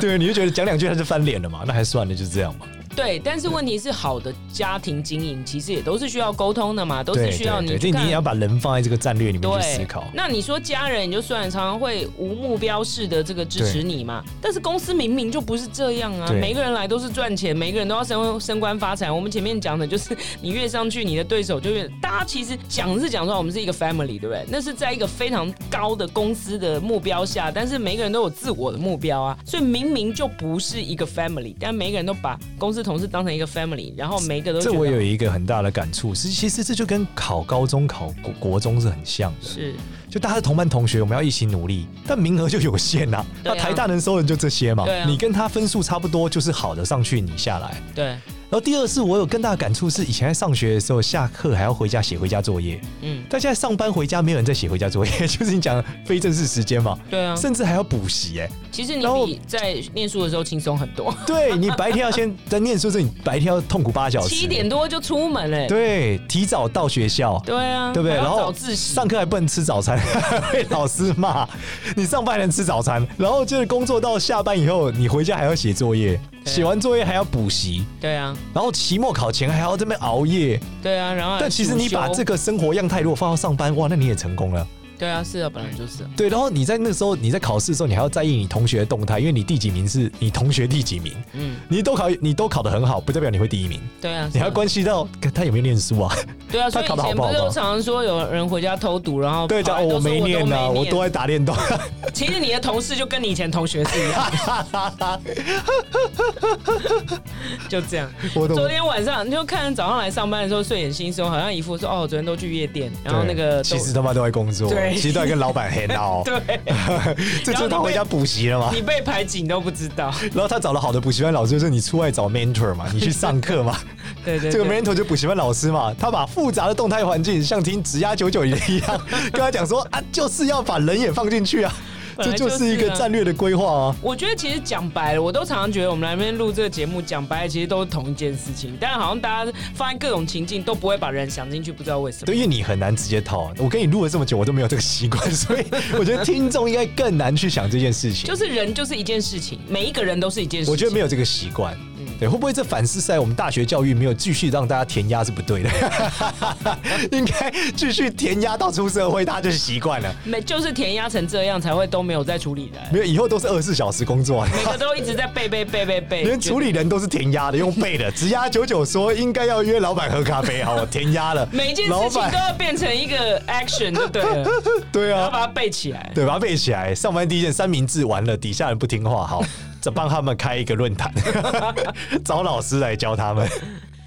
Speaker 1: 对，你就觉得讲两句他就翻脸了嘛？那还算了，就这样嘛。
Speaker 2: 对，但是问题是，好的家庭经营其实也都是需要沟通的嘛，都是需要你
Speaker 1: 对
Speaker 2: 去
Speaker 1: 对对这
Speaker 2: 看
Speaker 1: 你也要把人放在这个战略里面去
Speaker 2: 对
Speaker 1: 思考。
Speaker 2: 那你说家人，你就虽然常常会无目标式的这个支持你嘛，但是公司明明就不是这样啊，
Speaker 1: 对
Speaker 2: 每个人来都是赚钱，每个人都要升升官发财。我们前面讲的就是，你越上去，你的对手就越……大家其实讲是讲说我们是一个 family，对不对？那是在一个非常高的公司的目标下，但是每个人都有自我的目标啊，所以明明就不是一个 family，但每个人都把公司同事当成一个 family，然后每一个都
Speaker 1: 这
Speaker 2: 觉得
Speaker 1: 我有一个很大的感触，是其实这就跟考高中、考国国中是很像的，
Speaker 2: 是
Speaker 1: 就大家是同班同学，我们要一起努力，但名额就有限呐、
Speaker 2: 对啊
Speaker 1: 那台大能收人就这些嘛，
Speaker 2: 对啊
Speaker 1: 你跟他分数差不多，就是好的上去，你下来。
Speaker 2: 对，
Speaker 1: 然后第二是我有更大的感触是，以前在上学的时候，下课还要回家写回家作业，
Speaker 2: 嗯，
Speaker 1: 但现在上班回家没有人在写回家作业， [LAUGHS] 就是你讲的非正式时间嘛，
Speaker 2: 对啊。
Speaker 1: 甚至还要补习哎、
Speaker 2: 其实你
Speaker 1: 然后
Speaker 2: 比在念书的时候轻松很多，
Speaker 1: 对你白天要先 [LAUGHS] 在念书时，你白天要痛苦八小时，
Speaker 2: 七点多就出门嘞、
Speaker 1: 哦对，提早到学校，
Speaker 2: 对啊，
Speaker 1: 对不对？
Speaker 2: 还
Speaker 1: 然
Speaker 2: 要
Speaker 1: 后
Speaker 2: 早自习，
Speaker 1: 上课还不能吃早餐， [LAUGHS] 被老师骂。你上班还能吃早餐，然后就是工作到下班以后，你回家还要写作业，
Speaker 2: 对啊
Speaker 1: 写完作业还要补习，
Speaker 2: 对啊，
Speaker 1: 然后期末考前还要这边熬夜。
Speaker 2: 对啊，然后
Speaker 1: [LAUGHS]
Speaker 2: 还
Speaker 1: 但其实你把
Speaker 2: 主修
Speaker 1: 这个生活样态如果放到上班，哇，那你也成功了。
Speaker 2: 对啊是啊，本来就是啊
Speaker 1: 对，然后你在那时候你在考试的时候，你还要在意你同学的动态，因为你第几名是你同学第几名，
Speaker 2: 嗯，
Speaker 1: 你都考你都考得很好，不代表你会第一名，
Speaker 2: 对啊，
Speaker 1: 你
Speaker 2: 是啊
Speaker 1: 还关系到看他有没有念书啊。
Speaker 2: 对啊，
Speaker 1: 他
Speaker 2: 所以以
Speaker 1: 考得好
Speaker 2: 前
Speaker 1: 不好
Speaker 2: 不是
Speaker 1: 嘛
Speaker 2: 常常说有人回家偷读，然后
Speaker 1: 对，
Speaker 2: 跑
Speaker 1: 讲
Speaker 2: 来
Speaker 1: 哦
Speaker 2: 都
Speaker 1: 我
Speaker 2: 说
Speaker 1: 没念
Speaker 2: [LAUGHS] 呢、
Speaker 1: 啊，我都在打电动。
Speaker 2: 其实你的同事就跟你以前同学是一样，
Speaker 1: [LAUGHS]
Speaker 2: 就这样。
Speaker 1: 我懂
Speaker 2: 昨天晚上你就看早上来上班的时候睡眼惺忪，好像一副说哦，昨天都去夜店，然后那
Speaker 1: 对
Speaker 2: 个
Speaker 1: 其
Speaker 2: 都
Speaker 1: 实他妈都在工作，
Speaker 2: 对
Speaker 1: 其实都在跟老板黑
Speaker 2: [LAUGHS]
Speaker 1: 闹，
Speaker 2: 对，
Speaker 1: 这就是他回家补习了嘛。
Speaker 2: 你被排挤你都不知道，
Speaker 1: 然后他找了好的补习班老师，就是你出外找 mentor 嘛，你去上课嘛，
Speaker 2: 对对对。
Speaker 1: 这个 mentor 就补习班老师嘛，他把复杂的动态环境像听直压九九一样， [LAUGHS] 跟他讲说啊，就是要把人也放进去啊，
Speaker 2: 本
Speaker 1: 这
Speaker 2: 来
Speaker 1: 就
Speaker 2: 就是
Speaker 1: 一个
Speaker 2: 啊
Speaker 1: 战略的规划啊。
Speaker 2: 我觉得其实讲白了，我都常常觉得我们来这边录这个节目，讲白了其实都是同一件事情，但好像大家放在各种情境都不会把人想进去，不知道为什么。
Speaker 1: 对，因为你很难直接套啊，我跟你录了这么久，我都没有这个习惯， [LAUGHS] 所以我觉得听众应该更难去想这件事情
Speaker 2: 就。是人就是一件事情，每一个人都是一件事情。
Speaker 1: 我觉得没有这个习惯。
Speaker 2: 嗯
Speaker 1: 对，会不会这反思是在我们大学教育没有继续让大家填鸭是不对的？ [LAUGHS] 应该继续填鸭到出社会，大家就习惯了。
Speaker 2: 没就是填压成这样才会都没有在处理人，
Speaker 1: 没有，以后都是二十四小时工作啊、
Speaker 2: 每个都一直在背背背背 [LAUGHS] 背，
Speaker 1: 连处理人都是填鸭的，用背的。直鸭九九说应该要约老板喝咖啡，好，我填鸭了。
Speaker 2: [LAUGHS] 每件
Speaker 1: 老
Speaker 2: 事情
Speaker 1: 板
Speaker 2: 都要变成一个 action 就对 [LAUGHS] 了，
Speaker 1: 对
Speaker 2: 然后
Speaker 1: 啊，
Speaker 2: 把它背起来。
Speaker 1: 对，把它背起来。上班第一件三明治完了，底下人不听话，
Speaker 2: [LAUGHS]
Speaker 1: 好，再帮他们开一个论坛，找老师来教他们。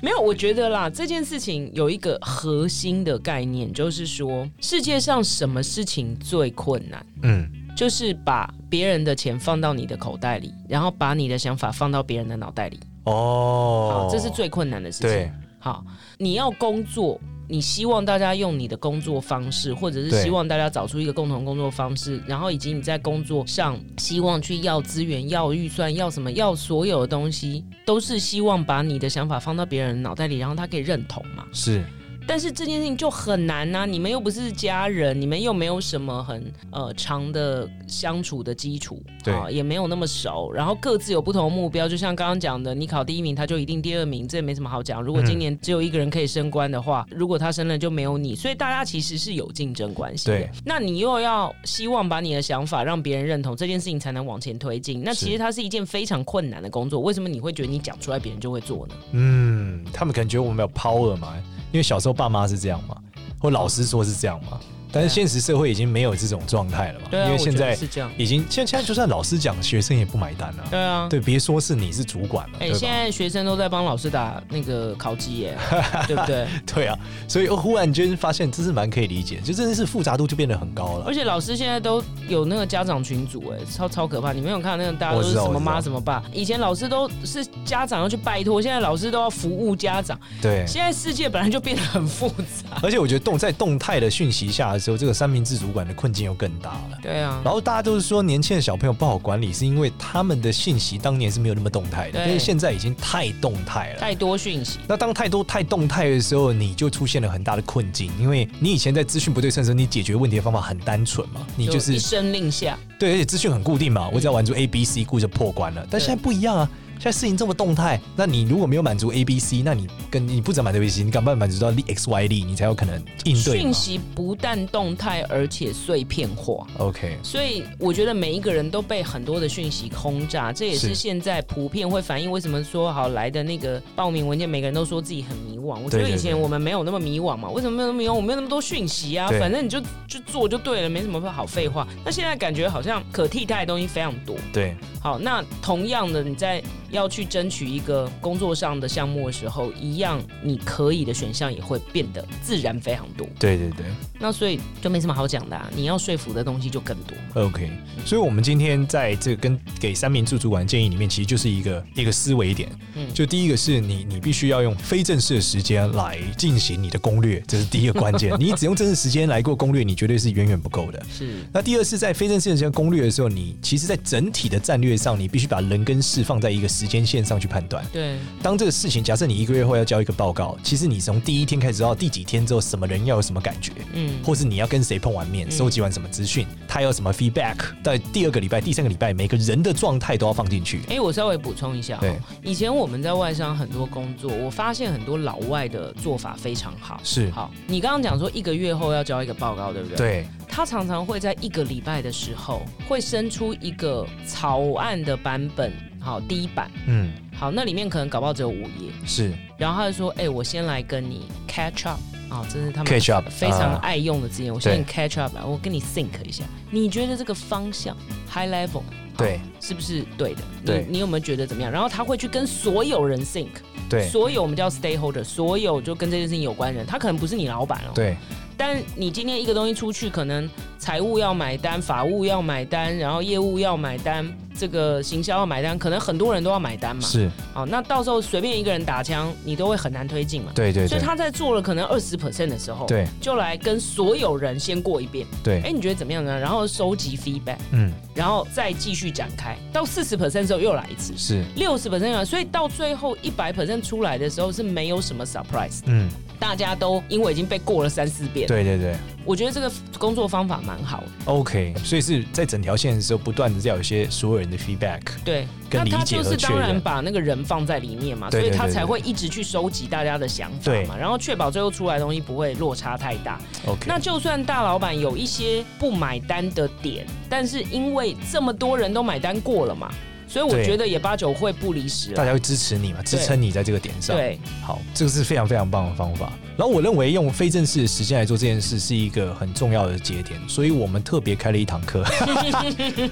Speaker 2: 没有，我觉得啦，这件事情有一个核心的概念，就是说世界上什么事情最困难？
Speaker 1: 嗯，
Speaker 2: 就是把别人的钱放到你的口袋里，然后把你的想法放到别人的脑袋里，
Speaker 1: 哦
Speaker 2: 好，，这是最困难的事情
Speaker 1: 对。
Speaker 2: 好，你要工作，你希望大家用你的工作方式，或者
Speaker 1: 对
Speaker 2: 是希望大家找出一个共同工作方式，然后以及你在工作上希望去要资源、要预算、要什么、要所有的东西，都是希望把你的想法放到别人的脑袋里，然后他可以认同嘛。
Speaker 1: 是
Speaker 2: 但是这件事情就很难呐、你们又不是家人，你们又没有什么很呃长的相处的基础，
Speaker 1: 对
Speaker 2: 啊也没有那么熟，然后各自有不同的目标，就像刚刚讲的，你考第一名，他就一定第二名，这也没什么好讲。如果今年只有一个人可以升官的话，
Speaker 1: 嗯
Speaker 2: 如果他升了就没有你，所以大家其实是有竞争关系的
Speaker 1: 对。
Speaker 2: 那你又要希望把你的想法让别人认同，这件事情才能往前推进。那
Speaker 1: 是
Speaker 2: 其实它是一件非常困难的工作，为什么你会觉得你讲出来别人就会做呢？
Speaker 1: 嗯，他们可能觉得我们有 power 嘛，因为小时候爸妈是这样嘛，或老师说是这样嘛，但是现实社会已经没有这种状态了嘛，
Speaker 2: 对啊，
Speaker 1: 因为
Speaker 2: 我觉
Speaker 1: 现
Speaker 2: 得
Speaker 1: 在
Speaker 2: 是这样。
Speaker 1: 已经现现在就算老师讲，学生也不买单了、
Speaker 2: 对啊，
Speaker 1: 对，别说是你是主管了，
Speaker 2: 哎、
Speaker 1: 对
Speaker 2: 现
Speaker 1: 吧？
Speaker 2: 在学生都在帮老师打那个烤鸡
Speaker 1: [LAUGHS]
Speaker 2: 耶，对不对？
Speaker 1: 对啊，所以我忽然间发现，这是蛮可以理解，就真的是复杂度就变得很高了
Speaker 2: 而。且老师现在都有那个家长群组，哎，超超可怕。你没有看那个大家
Speaker 1: 我
Speaker 2: 都
Speaker 1: 知
Speaker 2: 是
Speaker 1: 道
Speaker 2: 什么
Speaker 1: 我知道
Speaker 2: 妈什么爸，以前老师都是家长要去拜托，现在老师都要服务家长。
Speaker 1: 对，
Speaker 2: 现在世界本来就变得很复杂。
Speaker 1: [LAUGHS] 而且我觉得动在动态的讯息下的时候，这个三明治主管的困境又更大了。
Speaker 2: 对啊，
Speaker 1: 然后大家都是说年轻的小朋友不好管理，是因为他们的信息当年是没有那么动态的，
Speaker 2: 对
Speaker 1: 但是现在已经太动态了。
Speaker 2: 太多讯息，
Speaker 1: 那当太多太动态的时候，你就出现了很大的困境，因为你以前在资讯不对称的时候，你解决问题的方法很单纯嘛，你就
Speaker 2: 一
Speaker 1: 是
Speaker 2: 声令下。嗯
Speaker 1: 对，而且资讯很固定嘛，我只要玩出 A、B、C，故事就破关了。但现在不一样啊，现在事情这么动态，那你如果没有满足 A、B、C，那你跟你不只满足 A、B、C，你敢不敢满足到 D、X、Y、D，你才有可能应对
Speaker 2: 讯
Speaker 1: 嘛
Speaker 2: 息不但动态，而且碎片化。
Speaker 1: ？OK，
Speaker 2: 所以我觉得每一个人都被很多的讯息轰炸，这也
Speaker 1: 是
Speaker 2: 是现在普遍会反映为什么说好来的那个报名文件，每个人都说自己很迷惘。我觉
Speaker 1: 对
Speaker 2: 得
Speaker 1: 对
Speaker 2: 以前
Speaker 1: 对
Speaker 2: 我们没有那么迷惘嘛，为什么没有那么迷惘？我没有那么多讯息啊
Speaker 1: 对，
Speaker 2: 反正你就就做就对了，没什么好废话。那现在感觉好像可替代的东西非常多。
Speaker 1: 对，
Speaker 2: 好，那同样的，你在要去争取一个工作上的项目的时候，一样你可以的选项也会变得自然非常多。
Speaker 1: 对对对。
Speaker 2: 那所以就没什么好讲的、啊，你要说服的东西就更多。
Speaker 1: OK，所以
Speaker 2: 嗯
Speaker 1: 我们今天在这个跟给三名驻主管的建议里面，其实就是一个一个思维点。
Speaker 2: 嗯
Speaker 1: 就第一个是你你必须要用非正式的时间来进行你的攻略，这是第一个关
Speaker 2: [LAUGHS]
Speaker 1: 键。你只用正式时间来做攻略，你绝对是远远不够的。
Speaker 2: 是
Speaker 1: 那第二是在非正式的时间攻略的时候，你其实，在整体的战略上，你必须把人跟事放在一个时间线上去判断。
Speaker 2: 对，
Speaker 1: 当这个事情，假设你一个月后要交一个报告，其实你从第一天开始到第几天之后，什么人要有什么感觉，
Speaker 2: 嗯，
Speaker 1: 或是你要跟谁碰完面，
Speaker 2: 嗯
Speaker 1: 收集完什么资讯，他有什么 feedback，在第二个礼拜、第三个礼拜，每个人的状态都要放进去。
Speaker 2: 哎、我稍微补充一下、
Speaker 1: 对
Speaker 2: 哦，以前我们在外商很多工作，我发现很多老外的做法非常好。
Speaker 1: 是，
Speaker 2: 好，你刚刚讲说一个月后要交一个报告，对不对？。
Speaker 1: 对，
Speaker 2: 他常常会在一个礼拜的时候，会生出一个草案的版本，好，第一版，
Speaker 1: 嗯，
Speaker 2: 好，那里面可能搞不好只有五页，
Speaker 1: 是
Speaker 2: 然后他就说，哎、我先来跟你 catch up，啊、这是他们
Speaker 1: catch up，
Speaker 2: 非常
Speaker 1: 啊
Speaker 2: 爱用的字眼，我先
Speaker 1: 对
Speaker 2: 跟你 catch up，啊我跟你 think 一下，你觉得这个方向 high level 好
Speaker 1: 对
Speaker 2: 是不是对的？
Speaker 1: 对
Speaker 2: 你你有没有觉得怎么样？然后他会去跟所有人 think，
Speaker 1: 对
Speaker 2: 所有我们叫 stakeholder，所有就跟这件事情有关的人，他可能不是你老板哦，
Speaker 1: 对
Speaker 2: 但你今天一个东西出去，可能财务要买单，法务要买单，然后业务要买单，这个行销要买单，可能很多人都要买单嘛。
Speaker 1: 是，
Speaker 2: 哦，那到时候随便一个人打枪，你都会很难推进嘛。
Speaker 1: 对对
Speaker 2: 所以
Speaker 1: 对
Speaker 2: 他在做了可能二十 percent 的时候，
Speaker 1: 对
Speaker 2: 就来跟所有人先过一遍，哎、
Speaker 1: 对，
Speaker 2: 你觉得怎么样呢？然后收集 feedback，
Speaker 1: 嗯，
Speaker 2: 然后再继续展开，到四十 percent 时候又来一次，
Speaker 1: 是，
Speaker 2: 六十 percent 啊，所以到最后一百 percent 出来的时候是没有什么 surprise，
Speaker 1: 嗯，
Speaker 2: 大家都因为已经被过了三四遍了，
Speaker 1: 对对对。
Speaker 2: 我觉得这个工作方法蛮好的。
Speaker 1: OK，所以是在整条线的时候，不断的要有一些所有人的 feedback。
Speaker 2: 对，
Speaker 1: 跟
Speaker 2: 那
Speaker 1: 理
Speaker 2: 他
Speaker 1: 解
Speaker 2: 就
Speaker 1: 和
Speaker 2: 是
Speaker 1: 确
Speaker 2: 当然
Speaker 1: 认
Speaker 2: 把那个人放在里面嘛，
Speaker 1: 对
Speaker 2: 所以
Speaker 1: 对
Speaker 2: 他
Speaker 1: 对
Speaker 2: 才
Speaker 1: 对
Speaker 2: 会一直去收集大家的想法
Speaker 1: 对
Speaker 2: 嘛，然后确保最后出来的东西不会落差太大。
Speaker 1: OK，
Speaker 2: 那就算大老板有一些不买单的点，但是因为这么多人都买单过了嘛，所以我
Speaker 1: 对
Speaker 2: 觉得也八九会不离十
Speaker 1: 大
Speaker 2: 了。
Speaker 1: 家会支持你嘛，支
Speaker 2: 对
Speaker 1: 撑你在这个点上。，
Speaker 2: 对，
Speaker 1: 好，这个是非常非常棒的方法。然后我认为用非正式的时间来做这件事是一个很重要的节点，所以我们特别开了一堂
Speaker 2: [LAUGHS]
Speaker 1: 课。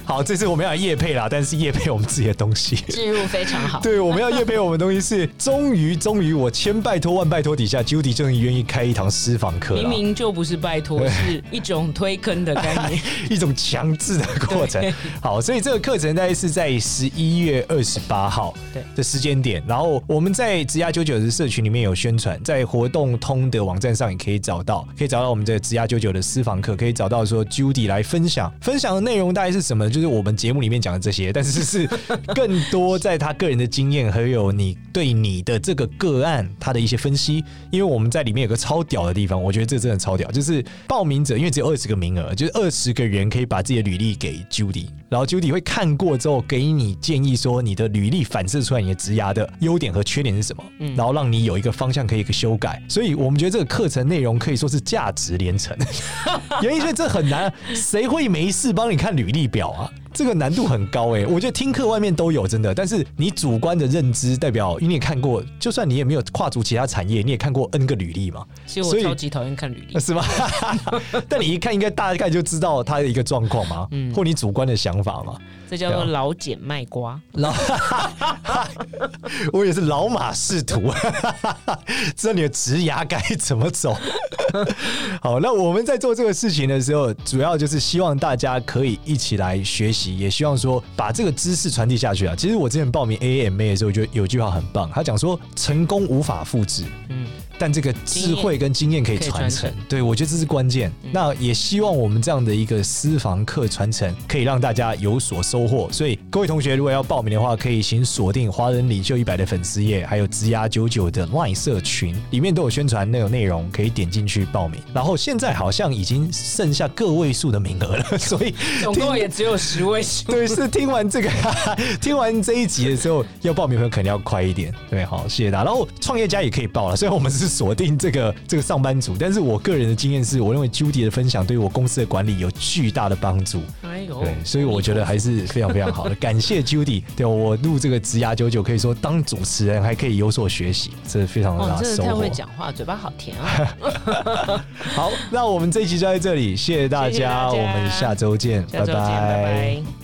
Speaker 1: 好，这次我们要夜配啦，但是夜配我们自己的东
Speaker 2: [LAUGHS]
Speaker 1: 西。
Speaker 2: 置入非常好。
Speaker 1: 对，啊我们要夜配我们的东西是，终于终于，我千拜托万拜托底下，Judy 终于愿意开一堂私房课
Speaker 2: 明
Speaker 1: 了，
Speaker 2: 明就不是拜托，是一种推坑的概
Speaker 1: [LAUGHS]
Speaker 2: 念。
Speaker 1: 一种强制的过程。好，所以这个课程大概是在十一月二十八号
Speaker 2: 对
Speaker 1: 的时间点，然后我们在职涯九九的社群里面有宣传，在活动通的网站上也可以找到，可以找到我们这个职涯九九的私房课，可以找到说 Judy 来分享，分享的内容大概是什么？就是我们节目里面讲的这些，但是 [LAUGHS] 是更多在他个人的经验，还有你对你的这个个案他的一些分析，因为我们在里面有个超屌的地方，我觉得这真的超屌，就是报名者因为只有二十个名额，就是二十个人可以把自己的履历给 Judy，然后 Judy 会看过之后给你建议，说你的履历反射出来你的职涯的优点和缺点是什么，
Speaker 2: 嗯
Speaker 1: 然后让你有一个方向可以一个修改。所以我们觉得这个课程内容可以说是价值连城。原因是这很难，谁会没事帮你看履历表啊？这个难度很高哎、我觉得听课外面都有真的，但是你主观的认知代表，因为你也看过，就算你也没有跨足其他产业，你也看过 N 个履历嘛，
Speaker 2: 其实我
Speaker 1: 所以呃
Speaker 2: 超级讨厌看履历， [LAUGHS]
Speaker 1: 是吧？但你一看，应该大概就知道他的一个状况嘛，
Speaker 2: 嗯
Speaker 1: 或你主观的想法嘛。
Speaker 2: 这叫做
Speaker 1: 对啊
Speaker 2: 老茧卖瓜。
Speaker 1: 老，我也是老马识途， [LAUGHS] 知道你的职涯该怎么走。 [LAUGHS] 好，那我们在做这个事情的时候，主要就是希望大家可以一起来学习，也希望说把这个知识传递下去啊。其实我之前报名 AMA 的时候，我觉得有句话很棒，他讲说成功无法复制，
Speaker 2: 嗯，
Speaker 1: 但这个智慧跟经验可以
Speaker 2: 可以
Speaker 1: 传
Speaker 2: 传
Speaker 1: 承嗯
Speaker 2: 承。
Speaker 1: 对，我觉得这是关键。那也希望我们这样的一个私房课传承，可以让大家有所收获。所以各位同学，如果要报名的话，可以请锁定华人领袖一百的粉丝页，还有职涯九九的 LINE 社群，里面都有宣传那种内容，可以点进去报名。然后现在好像已经剩下个位数的名额了， [LAUGHS] 所以
Speaker 2: 总共也只有十位数。
Speaker 1: 对，是听完这个， [LAUGHS] 哈哈听完这一集的时候，要报名的朋友可能要快一点。对，好，谢谢大家。然后创业家也可以报了，虽然我们是锁定这个这个上班族，但是我个人的经验是，我认为 Judy 的分享对于我公司的管理有巨大的帮助。
Speaker 2: [LAUGHS] 哎呦
Speaker 1: 对，所以我觉得还是非常非常好的，感谢 Judy 对。我录这个职涯九九，可以说当主持人还可以有所学习，哦这是非常
Speaker 2: 哇，
Speaker 1: 大
Speaker 2: 哦你真
Speaker 1: 的
Speaker 2: 的
Speaker 1: 收
Speaker 2: 太
Speaker 1: 获
Speaker 2: 会。讲话，嘴巴好
Speaker 1: [LAUGHS]
Speaker 2: 甜啊！
Speaker 1: 好，那我们这一集就在这里，谢谢大家，
Speaker 2: 谢谢大家
Speaker 1: 我们下周见，
Speaker 2: 下周见，拜拜